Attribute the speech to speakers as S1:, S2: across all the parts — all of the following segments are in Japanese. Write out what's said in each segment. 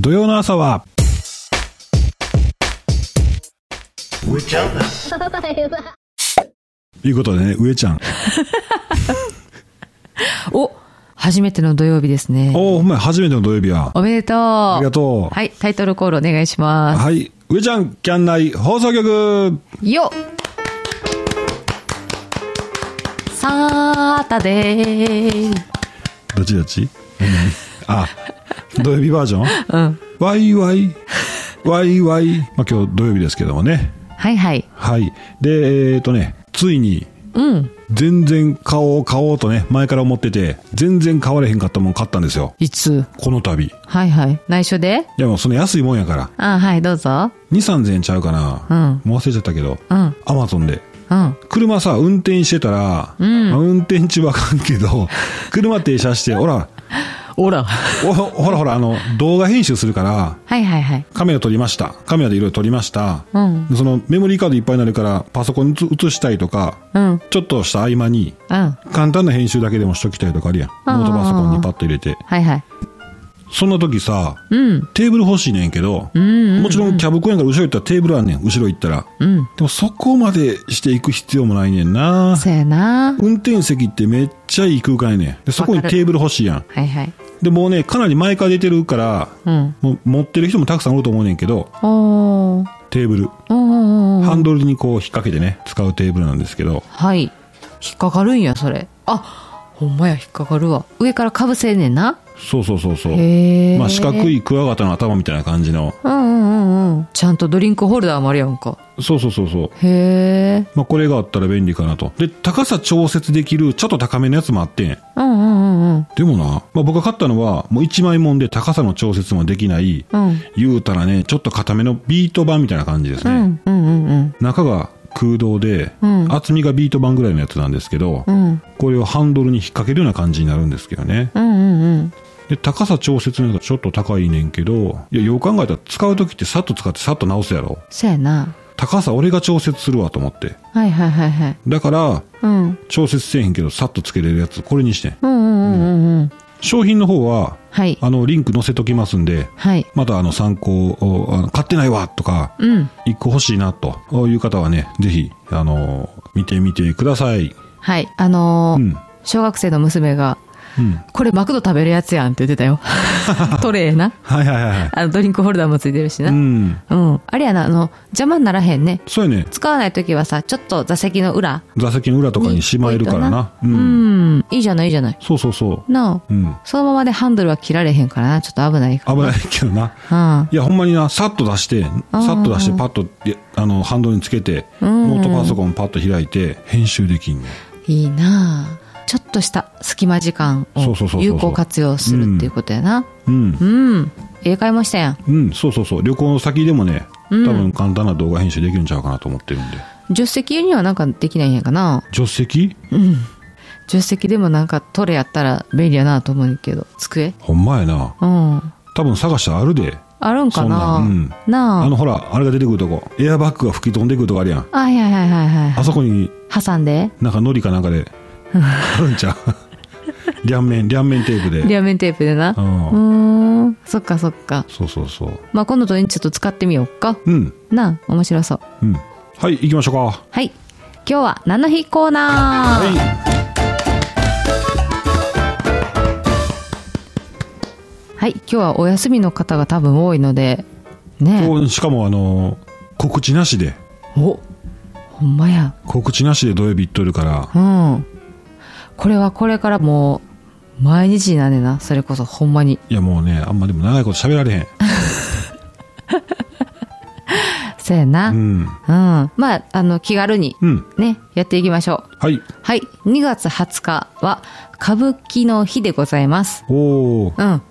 S1: 土曜の朝は、ということでね、上ちゃん。
S2: お初めての土曜日ですね。
S1: おお、ほんまや初めての土曜日や。
S2: おめでとう。
S1: あ
S2: あ
S1: りがとう。
S2: はい、タイトルコールお願いしま
S1: はい。上ちゃん、キャン内放送局
S2: す。よっサータデー。
S1: どっちどっちあ、土曜日バージョン
S2: うん。
S1: ワイワイ。ワイワイ。まあ今日土曜日ですけどもね。
S2: はいはい。
S1: はい。で、えっ、とね、ついに、
S2: うん。
S1: 全然買おう買おうとね、前から思ってて、全然買われへんかったもん買ったんですよ。
S2: いつ
S1: この度。い
S2: はいはい。内緒で
S1: やもうその安いもんやから。
S2: あはい、どうぞ。
S1: 2、3千円ちゃうかな。もう忘れちゃったけど。
S2: うん。
S1: アマゾンで。
S2: うん。
S1: 車さ、運転してたら、まあ運転中はあかんけ ど、車停車して、ほら、
S2: おら。
S1: おほらほら、あの、動画編集するから、
S2: はいはいはい。
S1: カメラ撮りました。カメラでいろいろ撮りました。
S2: うん。
S1: そのメモリーカードいっぱいになるから、パソコンに映したいとか、
S2: うん。うん。
S1: ちょっとした合間に、簡単な編集だけでもしときたいとかあるやん。
S2: ん
S1: ノートパソコンにパッと入れて。
S2: はいはい。
S1: そんな時さ、
S2: うん。
S1: テーブル欲しいねんけど、もちろんキャブコやから後ろ行ったらテーブルあんねん。後ろ行ったら。
S2: うん。
S1: でもそこまでしていく必要もないねんな。
S2: そうやな。
S1: 運転席ってめっちゃいい空間やねん。で、そこに
S2: わか
S1: テ
S2: る
S1: ーブル欲しいやん。
S2: はいはい。
S1: で、もうね、かなり前から出てるから、
S2: うん。
S1: もう持ってる人もたくさんおると思うねんけど、
S2: おー。
S1: テーブル。
S2: うんうんうんうん。
S1: ハンドルにこう引っ掛けてね、使うテーブルなんですけど、
S2: はい。引っかかるんや、それ。あ、ほんまや、引っかかるわ。上からかぶせんねんな。
S1: そうそうそうそう。
S2: へー
S1: まあ四角いクワガタの頭みたいな感じの、
S2: うんうんうんうん。ちゃんとドリンクホルダーもあるやんか。
S1: そうそうそうそう。
S2: へえ。
S1: まあこれがあったら便利かなと。で、高さ調節できるちょっと高めのやつもあってん。
S2: うんうんうんうん。
S1: でもな、まあ僕が買ったのは、もう一枚もんで高さの調節もできない、
S2: うん。
S1: 言うたらね、ちょっと固めのビート板みたいな感じです
S2: う
S1: ね。
S2: んうんうん
S1: 中が空洞で、
S2: うん
S1: 厚みがビート板ぐらいのやつなんですけど、
S2: うん。うん。
S1: これをハンドルに引っ掛けるような感じになるんですけどね。
S2: うんうんうん。
S1: で、高さ調節のやつはちょっと高いねんけど、いや、よう考えたら使う時ってさっと使ってさっと直すやろ。
S2: そやな。
S1: 高さ俺が調節するわと思って。
S2: はいはいはいはい。
S1: だから、
S2: うん。うん
S1: 調節せえへんけどさっとつけれるやつ、これにしてん。
S2: うんうんうんうん。
S1: 商品の方は、
S2: はい。
S1: あの、リンク載せときますんで、
S2: はい。
S1: またあの参考を、あの買ってないわとか、
S2: うん。
S1: 一個欲しいなという方はね、ぜひ、あの、見てみてください。
S2: はい。あのー
S1: うん
S2: 小学生の娘が、
S1: うん。
S2: これマクド食べるやつやんって言って たよ。トレーな。
S1: はいはいはいはい。
S2: あの、ドリンクホルダーもついてるしな。
S1: う
S2: うん。
S1: ん。
S2: あれやな、あの、邪魔にならへんね。
S1: そうやね。
S2: 使わないときはさ、ちょっと座席の裏。
S1: 座席の裏とかにしまえるからな。う。
S2: うんん。いいじゃない、いいじゃない。
S1: そうそうそう。
S2: なあ。
S1: うん。
S2: そのままでハンドルは切られへんからな。ちょっと危ないか
S1: 危ないけどな。
S2: ら。うん。
S1: いや、ほんまにな、さっと出して、さっと出して、パッと、であの、ハンドルにつけて、ノートパソコンパッと開いて、編集できんねん。
S2: いいなあ。ちょっとした隙間時間
S1: そう
S2: を
S1: そうそうそう
S2: 有効活用するっていうことやな。
S1: うん。
S2: うん。ええ買いましたやん。
S1: うん、そうそうそう。旅行の先でもね、多分簡単な動画編集できるんちゃうかなと思ってるんで。
S2: 助手席にはなんかできないんやかな。
S1: 助手席
S2: 助手席でもなんかトレやったら便利やなと思うけど。机
S1: ほんまやな。
S2: うん。
S1: 多分探したらあるで。
S2: あるんかな
S1: そんなん
S2: なあ。
S1: あの、ほら、あれが出てくるとこ。エアバッグが吹き飛んでくるとこあるやん。
S2: あ、はいはいはいはいはい。
S1: あそこに、
S2: 挟んで
S1: なんかノリかなんかで、あるんちゃう 両面、両面テープで。
S2: 両面テープでな。
S1: う。
S2: うんーん。そっかそっか。
S1: そうそうそう。
S2: まあ、今度とにちょっと使ってみようか。
S1: うん。
S2: なあ、面白そう。
S1: うん。はい、行きましょうか。
S2: はい。今日は何の日コーナー、
S1: は
S2: はい。今日はお休みの方が多分多いので、
S1: い。
S2: ね
S1: こうしかも、あの、告知なしで、
S2: え。おほんまや。
S1: 告知なしで土曜日行っとるから、
S2: うん。これはこれからもう、毎日になんねんな。それこそほんまに。
S1: いやもうね、あんまでも長いこと喋られへん。
S2: そうやな。
S1: う
S2: うん。
S1: ん。
S2: まあ、あの、気軽に、
S1: うん。
S2: ね、やっていきましょう。
S1: はい。
S2: はい。2月20日は、歌舞伎の日でございます。
S1: おー。
S2: うん。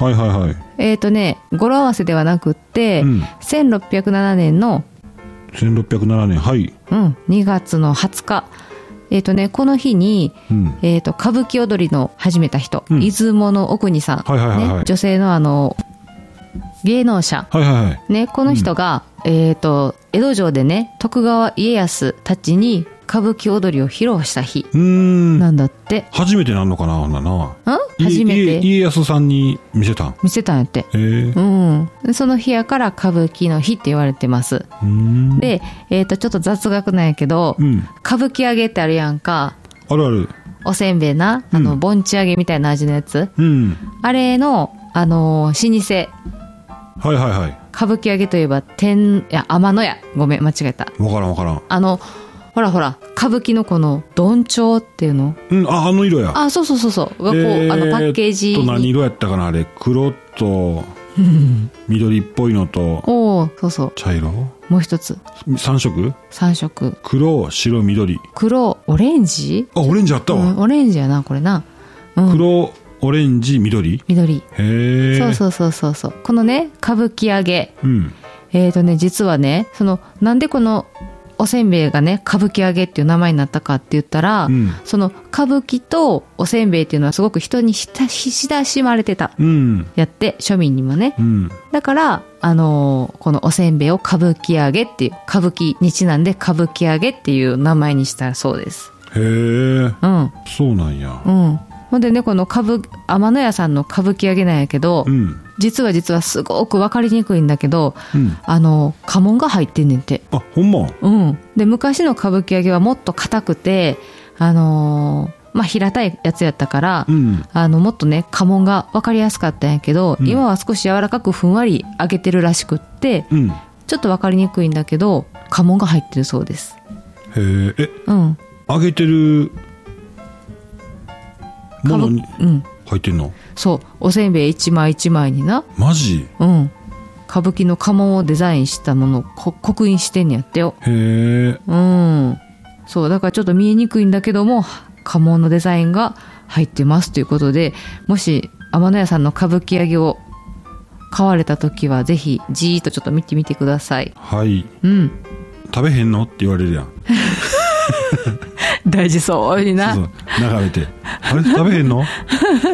S1: はいはいはい。
S2: えっ、とね、語呂合わせではなくって、
S1: うん
S2: 1607年の、
S1: 1607年、はい。
S2: うん、2月の20日。えっ、とね、この日に、
S1: うん。
S2: えっ、と、歌舞伎踊りの始めた人、
S1: うん
S2: 出雲の奥にさん、
S1: はいはいはいはい
S2: ね、女性のあの、芸能者、
S1: はいはいはい。
S2: ね、この人が、えっ、と、江戸城でね、徳川家康たちに、歌舞伎踊りを披露した日
S1: うーん。
S2: なんだって。
S1: 初めてなんのかな、ほんならな。
S2: ん
S1: い
S2: 初め
S1: 家
S2: て
S1: 家康さんに見せたん。
S2: 見せたんやって。
S1: ええー。
S2: うん。その日やから歌舞伎の日って言われてます。
S1: うーん。
S2: で、えっ、と、ちょっと雑学なんやけど、
S1: うん。
S2: 歌舞伎揚げってあるやんか。
S1: あるある。
S2: おせんべいな、あ
S1: う
S2: の、
S1: ん
S2: 盆地揚げみたいな味のやつ。
S1: うん。
S2: あれの、あのー老舗、
S1: はいはいはい。
S2: 歌舞伎揚げといえば、天、いや、天野屋。ごめん、間違えた。
S1: わからんわからん。
S2: あの、ほらほら、歌舞伎のこの、どんちょうっていうの。
S1: うん、あ、あの色や。
S2: あ、そうそうそうそう。がこう、
S1: え
S2: あの、パッケージ
S1: と何
S2: に。
S1: 色やったかなあれ黒 と緑っぽいのと
S2: おおそうそう。
S1: 茶色
S2: もう一つ。
S1: 三色
S2: 三色。
S1: 黒白緑
S2: 黒、オレンジ
S1: あオレンジあったわ、
S2: うん、オレンジやな、これな。うん。
S1: 黒オレンジ緑
S2: 緑。
S1: へえ
S2: そうそうそうそうそう。このね、歌舞伎揚げ。
S1: う、ん、
S2: えーとね、実はね、その、なんでこの、おせんべいがね、歌舞伎揚げっていう名前になったかって言ったら、
S1: うん
S2: その、歌舞伎とおせんべいっていうのはすごく人に親親しまれてた。
S1: うん
S2: やって、庶民にもね。
S1: うん
S2: だから、あのーこのおせんべいを歌舞伎揚げっていう、歌舞伎にちなんで歌舞伎揚げっていう名前にしたそうです。
S1: へえ
S2: うん。
S1: そうなんや
S2: うん。ほんでね、この歌舞、天野屋さんの歌舞伎揚げなんやけど、
S1: うん
S2: 実は実はすごくわかりにくいんだけど、
S1: うん
S2: あの、家紋が入ってんねんて。
S1: あほんま
S2: うん。で、昔の歌舞伎揚げはもっと硬くて、あのーまあ、平たいやつやったから、
S1: うん
S2: あの、もっとね、家紋がわかりやすかったんやけど、
S1: ん
S2: 今は少し柔らかくふんわり揚げてるらしくって、
S1: うんへ
S2: ちょっとわかりにくいんだけど、家紋が入ってるそうです。
S1: ええ
S2: うん。
S1: 揚げてるものに
S2: うん。
S1: 入ってんの
S2: そう。おせんべい一枚一枚にな。
S1: マジ
S2: うん。歌舞伎の家紋をデザインしたものをこ刻印してんやってよ。
S1: へえ
S2: うん。そう。だからちょっと見えにくいんだけども、家紋のデザインが入ってますということで、もし天野屋さんの歌舞伎揚げを買われた時は、ぜひじーっとちょっと見てみてください。
S1: はい
S2: うん。
S1: 食べへんのって言われるやん
S2: 大事そうにな
S1: そ。うそう流れて「あれ食べへんの?」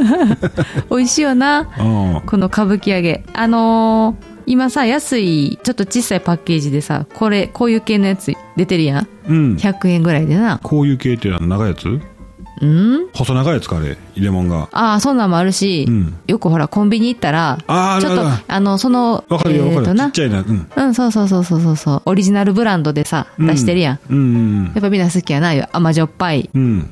S2: 美味しいよな。
S1: うん
S2: この歌舞伎揚げ。あのー今さ、安い、ちょっと小さいパッケージでさ、これ、こういう系のやつ出てるやん。
S1: うん
S2: 100円ぐらいでな。
S1: こういう系っていうのは長いやつ
S2: うん
S1: 細長いやつかあれ入れ物が
S2: ああ、そんなんもあるし、
S1: うん
S2: よくほら、コンビニ行ったら、
S1: あーあ
S2: ち
S1: る
S2: ょ
S1: あ
S2: っ
S1: る
S2: と、
S1: あ
S2: あの、その、
S1: るわかるよ
S2: え
S1: わ
S2: ー
S1: か
S2: と
S1: るちっ
S2: な。
S1: ちゃいなうん
S2: うん、そうそうそうそうそうそう。オリジナルブランドでさ、出してるやん。
S1: うんうん
S2: やっぱみんな好きやな、ああいう甘じょっぱい
S1: うん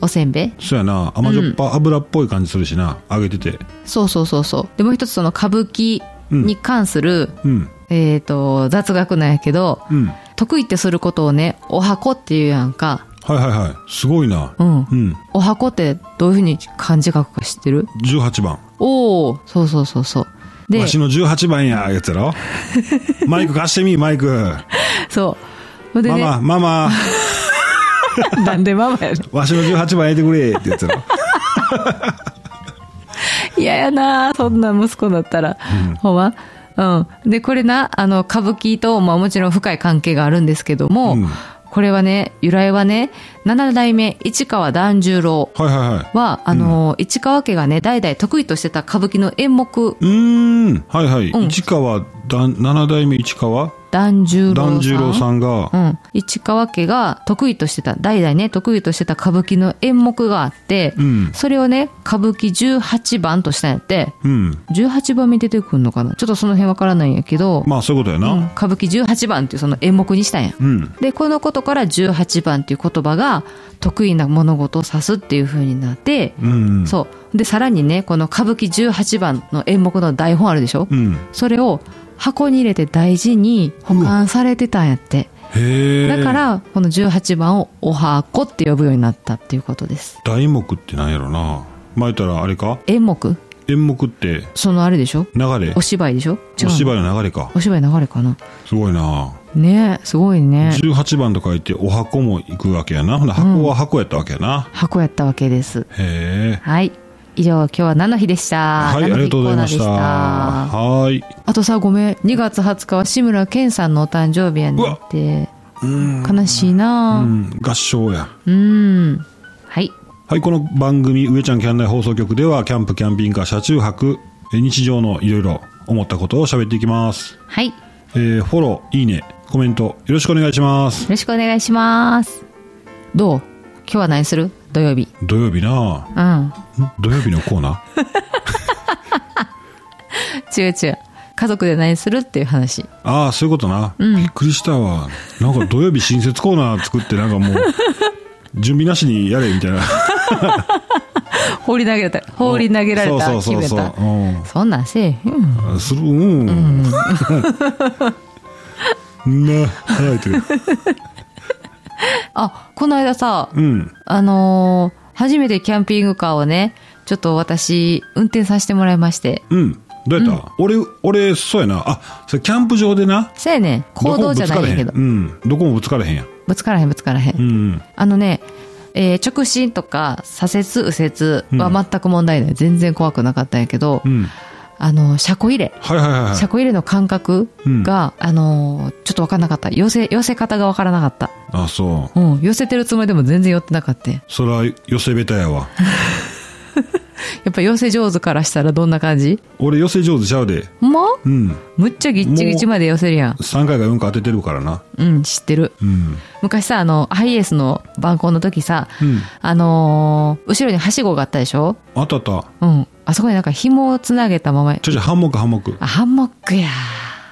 S2: おせんべい。
S1: そうやな甘じょっぱ油っぽい感じするしな揚げてて
S2: そうそうそうそう。で、もう一つその歌舞伎に関する、
S1: うん
S2: えっ、と、雑学なんやけど、
S1: うんは
S2: 得意ってすることをね、お箱っていうやんか。
S1: いはいはいすごいな
S2: うん。
S1: うん
S2: お箱ってどういうふうに漢字書くか知ってる
S1: 18番
S2: おおそうそうそうそう。
S1: 「
S2: で
S1: わ、しの18番や」やつやろマイク貸してみマイク
S2: そう。ほんで
S1: マ
S2: ね、
S1: マママ
S2: なんでママやね
S1: わしの18番やってくれってやつやろ
S2: ん。嫌やなそんな息子だったら。ほんまうん。で、これな、あの、歌舞伎と、まあもちろん深い関係があるんですけども、
S1: うん
S2: これはね、由来はね、七代目市川團十郎
S1: はいはいはい
S2: は、あの、市川家がね、代々得意としてた歌舞伎の演目、
S1: うーん、はいはい。
S2: うん
S1: 市川、だ七代目市川、
S2: 團十郎さん。
S1: 團十郎さんが、
S2: うん、市川家が得意としてた代々ね得意としてた歌舞伎の演目があって、
S1: うん、
S2: それをね歌舞伎18番としたんやって
S1: うん。
S2: 18番目に出てくるのかなちょっとその辺わからないんやけど、
S1: まあそういうことや
S2: うん
S1: な。
S2: 歌舞伎18番っていうその演目にしたんや
S1: うん。
S2: でこのことから18番っていう言葉が得意な物事を指すっていう風になって、
S1: うん。
S2: そうでさらにねこの歌舞伎18番の演目の台本あるでしょ、
S1: うん。
S2: それを箱に入れて大事に保管されてたんやって、
S1: へえ。
S2: だか。ら、この18番をおはこって呼ぶようになったっていうことです。
S1: 題目ってなんやろな。前たらあれか
S2: 演目
S1: 演目って
S2: そのあれでしょ
S1: 流れ
S2: お芝居でしょ違う
S1: お
S2: の
S1: 芝居の流れか。
S2: お芝居流れかな
S1: すごいな。
S2: ねえ、すごいね。
S1: 18番と書いて、お箱も行くわけやな。ほな、箱は箱やったわけやな。
S2: 箱やったわけです。
S1: へえ。
S2: はい。以上、今日は何の日でした。
S1: はい、あ
S2: 何の
S1: り
S2: 日
S1: がとうございました。
S2: コーナーでした
S1: はい。
S2: あとさ、ごめん。2月20日は志村けんさんのお誕生日やねんって。
S1: うん。、
S2: 悲しいうなん
S1: 合唱や。
S2: ぁうん。はい。
S1: はい、この番組、上ちゃんキャンナイ放送局では、キャンプ、キャンピングカー、車中泊、えー日常のいろいろ思ったことを喋っていきます。
S2: はい。よ
S1: えーフォロー、いいね、コメント、よろしくお願いします。
S2: ろしくお願いします。どう今日は何する土曜日。
S1: 土曜日な
S2: うん。
S1: 土曜日のコー ナー
S2: 違う違う。家族で何するっていう話。
S1: ああそういうことな、びっくりしたわなんか土曜日新設コーナー 作ってなんかもう準備なしにやれみたいな
S2: 放り投げられた。放り投げられ た
S1: そう
S2: 気
S1: そう
S2: 分
S1: そう
S2: やっ
S1: そ
S2: た
S1: う、。うん
S2: そんなんせえへん。
S1: するうん、 なはいという
S2: あ、この間さ、
S1: うん
S2: あのー初めてキャンピングカーをね、ちょっと私、運転させてもらいまして。
S1: うんどうやった、俺俺そうやなあそれキャンプ場でな
S2: せやねん。行動じゃないんやけど
S1: どこ。もぶつかれへんうんどこもぶつかれへんやん
S2: ぶつからへんぶつからへん。
S1: うん
S2: あのね、えー直進とか左折右折は全く問題ない。全然怖くなかったんやけど、
S1: うん
S2: あの、車庫入れ。
S1: はいはいはいはい
S2: 車庫入れの感覚が、あのーちょっとわからなかった。寄せ、寄せ方がわからなかった。
S1: あそう
S2: うん。寄せてるつもりでも全然寄ってなかった。や
S1: それは寄せベタやわ
S2: っぱ寄せ上手からしたらどんな感じ
S1: 俺寄せ上手ちゃうで
S2: ほんま
S1: うん
S2: むっちゃぎっちぎちまで寄せるやん。
S1: 3回が4回当ててるからな
S2: うん、知ってる。
S1: うん
S2: 昔さ、あの、ハイエースの番号の時さ、
S1: うん
S2: あのー後ろにはしごがあったでしょ
S1: あったあった
S2: うん。あそこになんか紐をつなげたまま
S1: ちょちょハンモックハンモック
S2: あ、ハンモックや。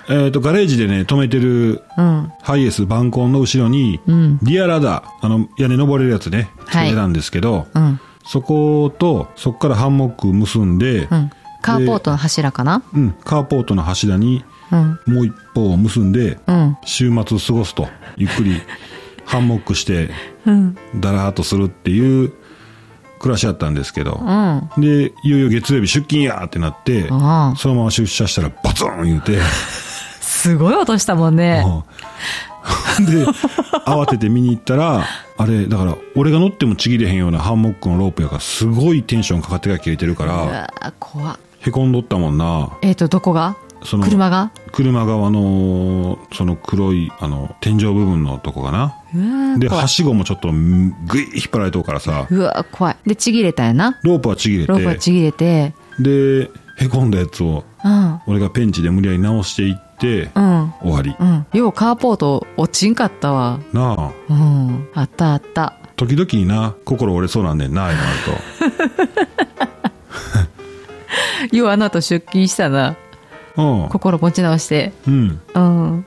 S1: えっ、とガレージでね止めてる
S2: うん。
S1: ハイエース晩婚の後ろに、
S2: うん。
S1: ディアラダーあの屋根登れるやつねつけ
S2: はい
S1: てたんですけど、
S2: うん。
S1: そことそこからハンモック結んで
S2: うん。カーポートの柱かな
S1: うん、カーポートの柱に
S2: うん。
S1: もう一方を結んで
S2: うん。
S1: 週末過ごすとゆっくりハンモックして
S2: うん。
S1: だらーっとするっていう暮らしだったんですけど
S2: う、ん。
S1: でいよいよ月曜日出勤やーってなって、
S2: ああ
S1: そのまま出社したらバツン言うて、
S2: すごい音したもんね。
S1: うん で慌てて見に行ったらあれだから俺が乗ってもちぎれへんようなハンモックのロープやからすごいテンションかかってが切れてるか
S2: う
S1: ら
S2: わー怖っ
S1: へこんどったもんな
S2: えっ、と、どこが
S1: その
S2: 車が
S1: 車側のその黒いあの天井部分のとこかな
S2: うわー
S1: で
S2: 怖。
S1: はいしごもちょっとんぐい引っ張られとうからさ
S2: うわー怖い。で、ちぎれたやな。
S1: ロープはちぎれて
S2: ロープがちぎれて。
S1: でへこんだやつを
S2: うん。
S1: 俺がペンチで無理やり直していって、
S2: うん。
S1: 終わり
S2: うん。ようカーポート落ちんかったわ。
S1: なあ
S2: うん。あったあった。
S1: 時々にな心折れそうなんねんなあ今ある
S2: ようあの後出勤したな。
S1: とうん
S2: 心持ち直して。
S1: うん
S2: うん。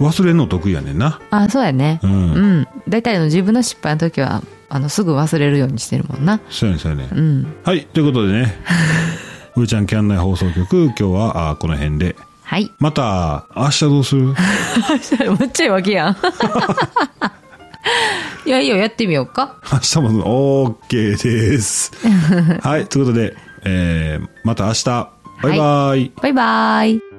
S1: 忘れんの得意やねんな
S2: あ、そうやね
S1: う。ん、
S2: うん。大体の自分の失敗の時は、あの、すぐ忘れるようにしてるもんな。
S1: そうやねそうやね、
S2: うん。
S1: はいということでねうーちゃんキャン内放送局今日はあーこの辺で
S2: はい。
S1: また明日どうする
S2: むっちゃいわけやん。 いや、いいよ、やってみようか。
S1: 明日も OK ですはいということで、えーまた明日バイバイ、
S2: バイバーイ。